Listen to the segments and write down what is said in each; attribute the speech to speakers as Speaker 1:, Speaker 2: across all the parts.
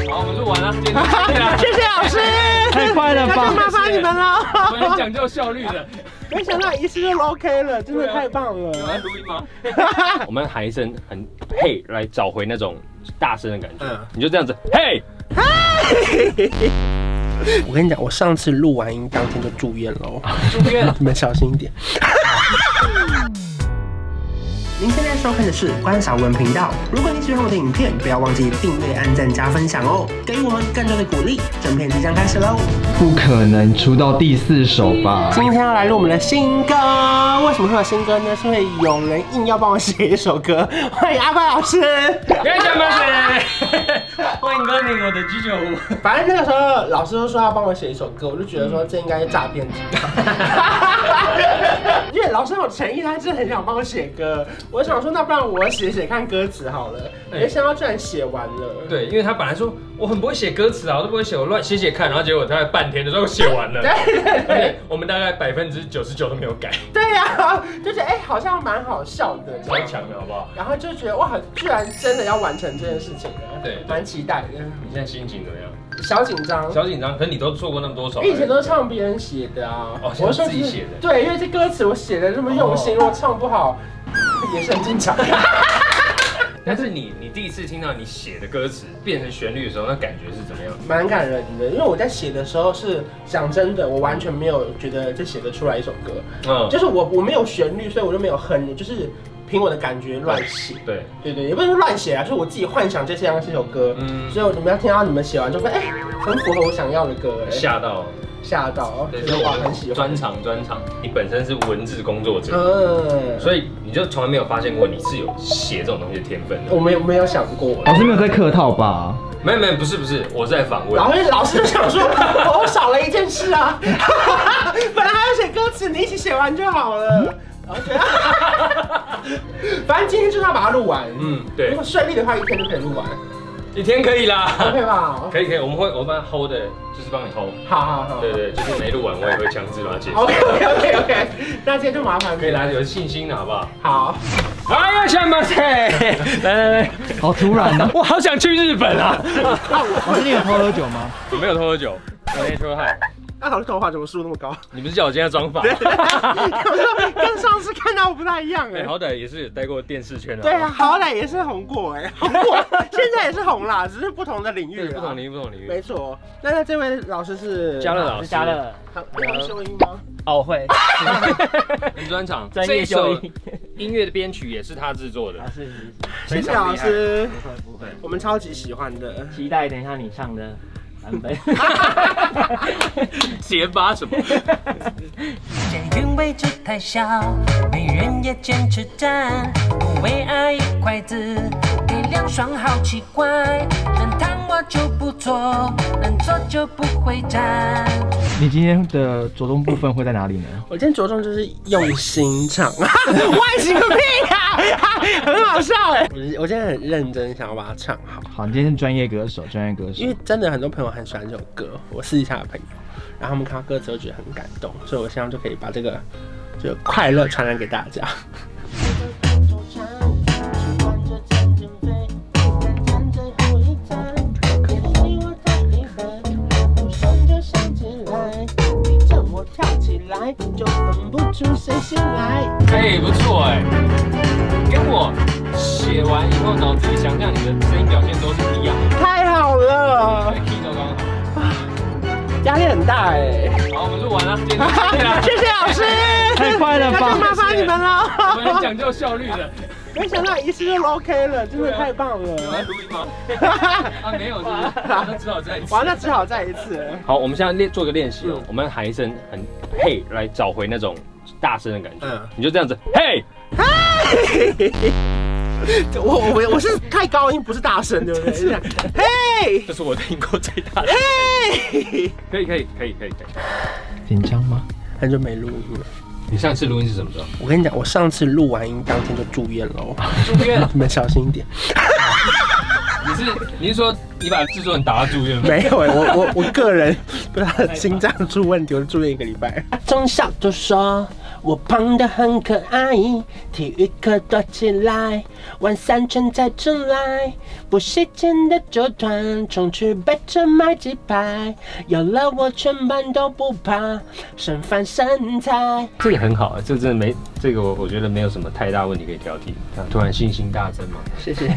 Speaker 1: 录完了，今天对啊，
Speaker 2: 谢谢老师，
Speaker 3: 太快了
Speaker 2: 那就
Speaker 3: 吧！
Speaker 2: 麻烦你们
Speaker 1: 我很
Speaker 2: 了。
Speaker 1: 讲究效率的。
Speaker 2: 没想到一次就 OK 了，真的太棒
Speaker 1: 有
Speaker 2: 了。
Speaker 1: 在录音 吗？
Speaker 4: 我们喊一声很嘿，来找回那种大声的感觉。
Speaker 2: 嗯
Speaker 4: 你就这样子嘿，
Speaker 2: 我跟你讲，我上次录完音当天就住院了，哦
Speaker 1: 住院。
Speaker 2: 你们小心一点。 您现在收看的是观赏文频道。如果你喜欢我的影片，不要忘记订阅、按赞、加分享哦，给予我们更多的鼓励。整片即将开始喽！
Speaker 3: 不可能出到第四首吧？
Speaker 2: 今天要来录我们的新歌，为什么会有新歌呢？是因为有人硬要帮我写一首歌。欢迎阿怪老师。
Speaker 4: 感谢们。
Speaker 1: 欢迎光临我的居酒屋。
Speaker 2: 反正那个时候老师都说要帮我写一首歌，我就觉得说这应该是诈骗集 团，因为老师很有诚意，他真的很想帮我写歌。我想说，那不然我写写看歌词好了。没想到居然写完了。
Speaker 1: 对，因为他本来说我很不会写歌词啊，我都不会写，我乱写写看，然后结果大概半天的时候写完了，
Speaker 2: 对对
Speaker 1: 而
Speaker 2: 对
Speaker 1: 且我们大概百分之九十九都没有改，
Speaker 2: 对呀、就觉得哎、好像蛮好笑的，
Speaker 1: 超强的好不好？
Speaker 2: 然后就觉得哇，很居然真的要完成这件事情了，
Speaker 1: 对对
Speaker 2: 蛮期待的，
Speaker 1: 你现在心情怎么样？
Speaker 2: 小紧张。
Speaker 1: 小紧张，可你都做过那么多首，
Speaker 2: 我以前都是唱别人写的啊，
Speaker 1: 哦
Speaker 2: 我
Speaker 1: 现在自己
Speaker 2: 就是
Speaker 1: 写的哦
Speaker 2: 对，因为这歌词我写的这么用心，如果唱不好，也是很正常。
Speaker 1: 但是你你第一次听到你写的歌词变成旋律的时候，那感觉是怎么样？
Speaker 2: 蛮感人的，因为我在写的时候是讲真的，我完全没有觉得这写得出来一首歌，
Speaker 1: 嗯，
Speaker 2: 就是我我没有旋律，所以我就没有哼，就是凭我的感觉乱写。
Speaker 1: 对，
Speaker 2: 对对，也不是说乱写啊，就是我自己幻想这像是一首歌，
Speaker 1: 嗯
Speaker 2: 所以我你们要听到你们写完就会哎、很符合我想要的歌、哎，
Speaker 1: 吓到，
Speaker 2: 吓到，
Speaker 1: 对，
Speaker 2: 觉
Speaker 1: 所以
Speaker 2: 得
Speaker 1: 我
Speaker 2: 哇很喜
Speaker 1: 们
Speaker 2: 欢，
Speaker 1: 专场专场，你本身是文字工作者，
Speaker 2: 嗯，
Speaker 1: 所以你就从来没有发现过你是有写这种东西的天分的
Speaker 2: 我。没有没有想过，
Speaker 3: 老师没有在客套吧？
Speaker 1: 没有没有，不是不是，我是在访问。
Speaker 2: 然后老师就想说，我少了一件事啊， 本来还要写歌词，你一起写完就好
Speaker 1: 嗯
Speaker 2: 了。然后觉得，反正今天就是要把它录完。嗯，
Speaker 1: 嗯，
Speaker 2: 如
Speaker 1: 对
Speaker 2: 果，顺利的话，一天就可以录 完
Speaker 1: 一天可以啦。
Speaker 2: ，OK 吧？
Speaker 1: 可以可以，我们会我帮他 hold 的，就是帮你 hold。
Speaker 2: 好好好。
Speaker 1: 对对，就是没录完我也会强制把它结束。
Speaker 2: OK OK OK OK，那 今天就麻烦
Speaker 1: 可以
Speaker 2: 你了。
Speaker 1: 来有信心的好不好？
Speaker 2: 好，
Speaker 1: 哎呀，下马赛！来来来，
Speaker 3: 好突然啊呢、
Speaker 1: 我好想去日本啊！
Speaker 3: 老师，你有偷喝酒吗？
Speaker 1: 我没有偷喝酒，我没偷嗨。
Speaker 2: 那老师头发怎么梳那么 高？
Speaker 1: 你不是叫我今天装法？
Speaker 2: 我说跟上次看到不太一样
Speaker 1: 哎，
Speaker 2: 哎。
Speaker 1: 好歹也是有待过电视圈的。
Speaker 2: 对啊，，好歹也是红过哎，红过，现在也是红啦，只是不同的领域
Speaker 1: 对，
Speaker 2: 啦
Speaker 1: 不同领域，不同领域。
Speaker 2: 没错，那那这位老师是
Speaker 1: 嘉乐老师，
Speaker 5: 加， 乐
Speaker 2: 他他会修音吗？
Speaker 5: 哦 会，
Speaker 1: 很专场，
Speaker 5: 专
Speaker 1: 这一
Speaker 5: 业
Speaker 1: 首
Speaker 5: 修音，
Speaker 1: 音乐的编曲也是他制作的
Speaker 5: 啊。是是
Speaker 2: 谢谢老师，
Speaker 5: 不会不会，
Speaker 2: 我们超级喜欢的。
Speaker 5: 期待等一下你唱的版 本。
Speaker 1: 结巴什么？
Speaker 6: 这韵味就太小，没人也坚持站。我为爱一哎筷子，给凉爽好奇怪。能躺我就不错，能坐就不会站。
Speaker 3: 你今天的着重部分会在哪里呢？
Speaker 2: 我今天着重就是用心 唱，外形个屁 呀、很好笑哎。我我今天很认真想要把它唱好，
Speaker 3: 好，你今天是专业歌手，专业歌手
Speaker 2: 因。为真的很多朋友很喜欢这首歌，我私底下的朋友，然后他们看到歌词都觉得很感动，所以我希望就可以把这个这个快乐传染给大家。
Speaker 1: 哎，不错哎，跟我写完以后，然后自己想象你的声音表现都是一样的，
Speaker 2: 太好了，
Speaker 1: key 都刚好。
Speaker 2: 压力很大哎、
Speaker 1: 好，我们录完了，今天就这样
Speaker 2: 谢谢老师，
Speaker 3: 太快了吧
Speaker 2: 那就麻烦你们
Speaker 1: 我们很
Speaker 2: 了。
Speaker 1: 讲究效率的。
Speaker 2: 没想到一次就 OK 了，真的太棒
Speaker 1: 有来
Speaker 2: 了。
Speaker 1: 录音吗？啊，没有，是不是？那只好再一次。
Speaker 2: 完了，只好再一次了。
Speaker 4: 好，我们现在练做个练习哦，
Speaker 1: 嗯
Speaker 4: 我们喊一声很嘿，来找回那种大声的感觉。
Speaker 2: 嗯
Speaker 4: 你就这样子嘿，
Speaker 2: 我我我是太高音，不是大声，对不 对？是这样嘿，
Speaker 4: 这是我听过最大的。
Speaker 2: 嘿，
Speaker 4: 可以可以可以可以可以。
Speaker 3: 紧张吗？
Speaker 2: 很久没录音了。
Speaker 4: 你上次录音是什么时候？
Speaker 2: 我跟你讲，我上次录完音当天就住院了，
Speaker 1: 住院？
Speaker 2: 你们小心一点。
Speaker 1: 你是你是说你把制作人打到住院吗？
Speaker 2: 没有哎、我我我个人不知道心脏出问题，我就住院一个礼拜。钟笑就说我胖得很可爱，体育课躲起来，晚三晨再出来，不洗钱的酒团冲去北车买鸡排，有了我全班都不怕，剩饭剩菜。
Speaker 1: 这个很好啊，这真的没这个我我觉得没有什么太大问题可以挑剔。啊突然信心大增嘛，
Speaker 2: 谢谢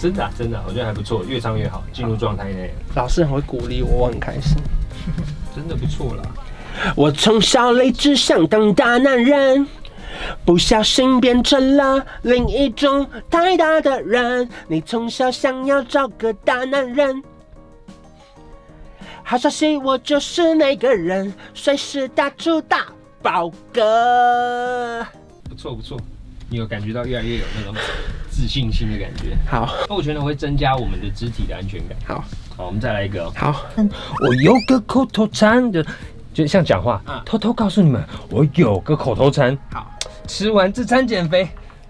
Speaker 1: 真的啊、真的啊、我觉得还不错，越唱越好，进入状态内，
Speaker 2: 老师，很会鼓励我，我很开心。
Speaker 1: 真的不错啦。
Speaker 2: 我从小立志想当大男人，不小心变成了另一种太大的人。你从小想要找个大男人，好消息我就是那个人，随时打出大宝哥。
Speaker 1: 不错不错，你有感觉到越来越有那种自信心的感觉。
Speaker 2: 好，
Speaker 1: 那我觉得会增加我们的肢体的安全感。
Speaker 2: 好，
Speaker 1: 好，我们再来一个、哦。
Speaker 2: 好，
Speaker 1: 我有个口头禅，就就像讲话，偷偷告诉你们，我有个口头禅。
Speaker 7: 好，
Speaker 1: 吃完这餐减肥，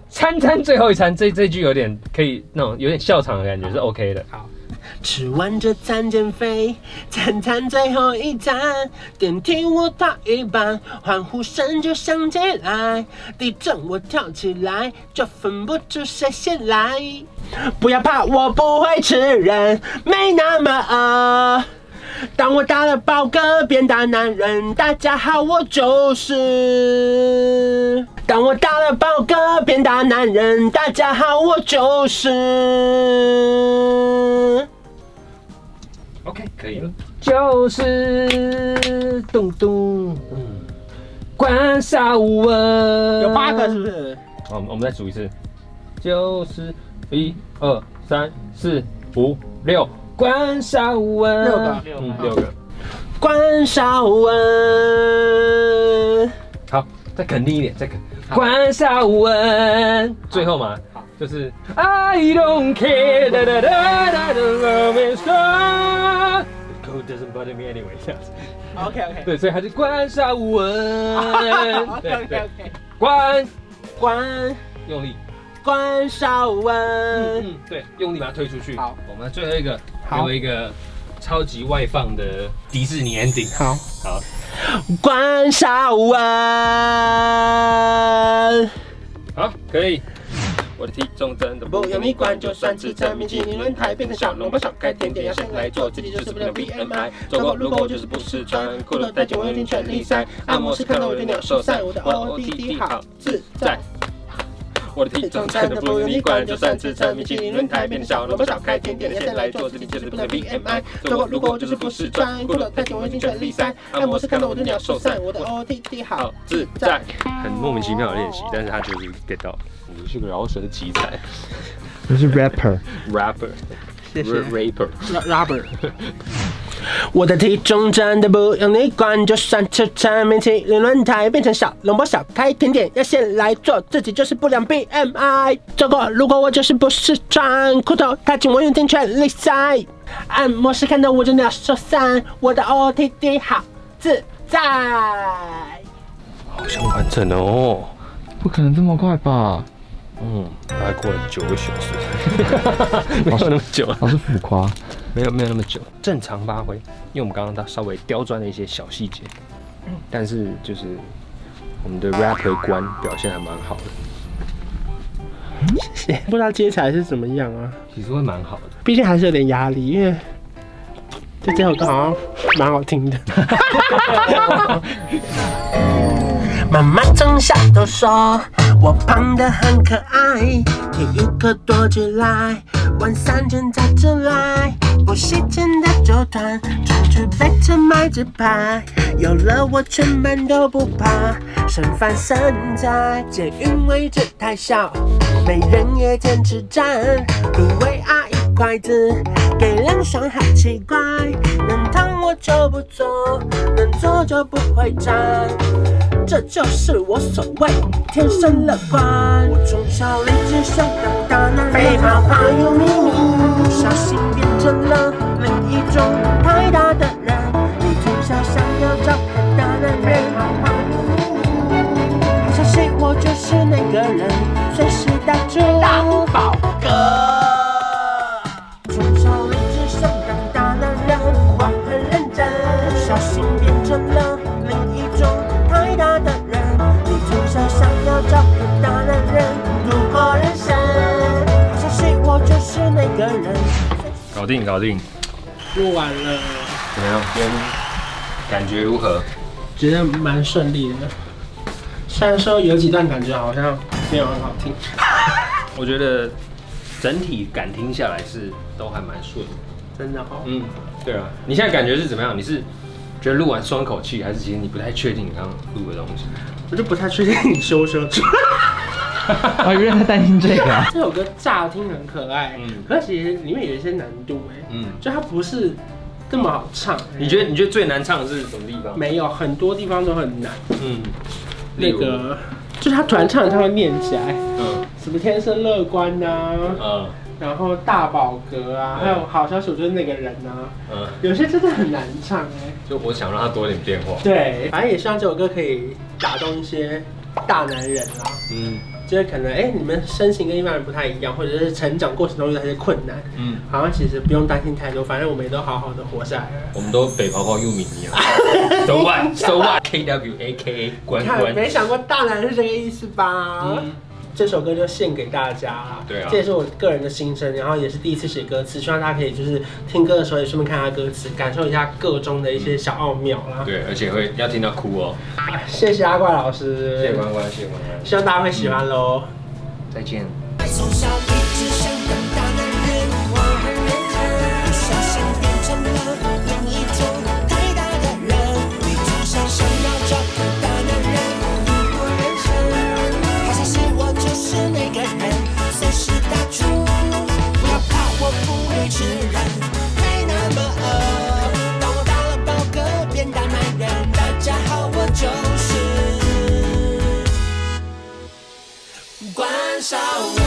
Speaker 1: 餐餐最后一餐，这这句有点可以那种有点笑场的感觉是 OK 的。
Speaker 2: 吃完这餐减肥，餐餐最后一餐，电梯我到一半，欢呼声就响起来，地震我跳起来，就分不出谁先来。不要怕，我不会吃人，没那么饿。当我打了饱嗝变大男人，大家好，我就是。当我打了饱嗝变大男人，大家好，我就是。
Speaker 1: OK，可以了。
Speaker 2: 就是咚咚，关少文
Speaker 7: 有八个是不是？
Speaker 1: 好，我们我们再数一次，就是一二三四五六，
Speaker 2: 关少文
Speaker 7: 六个，
Speaker 8: 六
Speaker 1: 嗯，
Speaker 8: 个
Speaker 1: 六个。
Speaker 2: 关少文，
Speaker 1: 好，再肯定一点，再肯。关少文，最后嘛，就是 I don't care da da da da da love is gone。Cold doesn't bother me anyway，这样子。
Speaker 7: OK OK
Speaker 1: 对，所以还是关少 文。
Speaker 7: OK
Speaker 1: 对
Speaker 7: OK
Speaker 1: 对，
Speaker 7: OK，
Speaker 1: 关，
Speaker 2: 关
Speaker 1: 用力。
Speaker 2: 关少文，
Speaker 1: 嗯，对，用力把它推出去。
Speaker 7: 好，
Speaker 1: 我们最后一个，
Speaker 2: 好
Speaker 1: 最后一个超级外放的迪士尼 ending。
Speaker 2: 好，
Speaker 1: 好，
Speaker 2: 关少文。
Speaker 1: 好，可以。我的体重真的
Speaker 2: 不用你管，就算吃成米其林轮胎，变成小笼包，少开甜点，要先来做自己，就是不能 BMI。走过路过就是不试穿，裤头带紧，我有点全力塞，按摩师看到我就鸟兽散，我的 OOTD 好自在。
Speaker 1: 我的体重真的不用你管，就算吃成米其林轮胎，变成小笼包，少开甜点，要先来做自己，就是不能
Speaker 2: 啊
Speaker 1: BMI。走啊过路过就是不试穿，裤头带紧，我已经全力塞，按摩师看到我就鸟兽散，我的
Speaker 7: OTT
Speaker 1: 好
Speaker 7: 好，
Speaker 1: 自在。很莫名其妙的练习，但是他就是 get 到，你是个饶舌奇才
Speaker 3: 我是 rapper，
Speaker 1: ，rapper，
Speaker 2: 谢
Speaker 1: rapper。
Speaker 7: rubber，
Speaker 2: 我的体重真的不用你管，就算吃成米其林轮胎，变成小笼包小开甜点，要先来做自己，就是不良 BMI。走过路过我就是不是穿裤头踏进我用尽全力塞，按摩师看到我就鸟兽散，我的 OOTD 好自在。
Speaker 1: 好像完整了哦。
Speaker 3: 不可能这么快吧？
Speaker 1: 嗯，大概过了九个小时， 没有那么久，
Speaker 3: 老师浮夸，
Speaker 1: 没有没有那么久，正常发挥，因为我们刚刚到稍微刁钻了一些小细节，但是就是我们的 rapper 官表现还蛮好的，
Speaker 2: 不知道接下来是怎么样啊？
Speaker 1: 其实会蛮好的。
Speaker 2: 毕竟还是有点压力，因为这这首歌好像蛮好听的。妈妈从小都说我胖得很可爱，体育课躲起来，晚三天才出来，不洗钱的酒团，出去被车买鸡排，有了我全班都不怕，剩饭剩菜，捷运位置太小，没人也坚持站，不为爱一筷子，给凉爽好奇怪，能躺我就不坐，能坐就不会站。这就是我所谓天生乐观。我从小立志想当大男人，被冒牌有秘密，不小心变成了另一种太大的人。你从小想要找个大男人，被冒牌有秘密，不小心我就是那个人，随时打住大宝哥。从小立志想当大男人，我很认真，不小心变成了另一种太大的人。你从
Speaker 1: 搞定，搞定。
Speaker 2: 录完了，
Speaker 1: 怎么样？今天感觉如何？
Speaker 2: 觉得蛮顺利的。虽然说有几段感觉好像没有很好听，
Speaker 1: 我觉得整体感听下来是都还蛮顺的。
Speaker 2: 真的哦。
Speaker 1: 嗯，对啊。你现在感觉是怎么样？你是觉得录完松口气，还是其实你不太确定你刚刚录的东西？
Speaker 2: 我就不太确定你修修出来。
Speaker 3: 啊，原来他担心这个、啊。
Speaker 2: 这首歌乍听很可爱，
Speaker 1: 嗯
Speaker 2: 可是其实里面有一些难度哎、
Speaker 1: 嗯，
Speaker 2: 就它不是那么好唱。欸
Speaker 1: 你觉得你觉得最难唱的是什么地方？
Speaker 2: 没有，很多地方都很难。
Speaker 1: 嗯，
Speaker 2: 那
Speaker 1: 例如，
Speaker 2: 个就是他突然唱，他会念起来，
Speaker 1: 嗯
Speaker 2: 什么天生乐观呐、
Speaker 1: 嗯
Speaker 2: 然后大宝格啊，
Speaker 1: 嗯
Speaker 2: 还有好消息我就是那个人呐、
Speaker 1: 嗯，
Speaker 2: 有些真的很难唱哎、
Speaker 1: 就我想让他多一点变化。
Speaker 2: 对，反正也希望这首歌可以打动一些大男人啦、
Speaker 1: 嗯
Speaker 2: 就是可能哎、你们身形跟一般人不太一样，或者是成长过程中遇到一些困难，
Speaker 1: 嗯，
Speaker 2: 好像其实不用担心太多，反正我们也都好好的活下来了。
Speaker 1: 我们都北跑跑又迷迷 啊。So what? So what? K W A K A 关
Speaker 2: 你看，没
Speaker 1: 嗯关。
Speaker 2: 想过大男人是这个意思吧？
Speaker 1: 嗯
Speaker 2: 这首歌就献给大家啦。
Speaker 1: 对啊
Speaker 2: 这也是我个人的心声，然后也是第一次写歌词，希望大家可以就是听歌的时候也顺便看下歌词，感受一下歌中的一些小奥妙啦。
Speaker 1: 对，而且会要听到哭哦。
Speaker 2: 谢谢阿怪老师，
Speaker 1: 谢谢关关，谢谢关关，
Speaker 2: 希望大家会喜欢喽。
Speaker 1: 嗯再见。
Speaker 6: 从小一直想当大男人，不小心变成了另一种太大的人。你总想想要找个大男人度过人生，好像是我就是那个人，随时打住，不要怕我不会吃人，没那么饿。当我打了饱嗝变大男人，大家好，我就是关少文。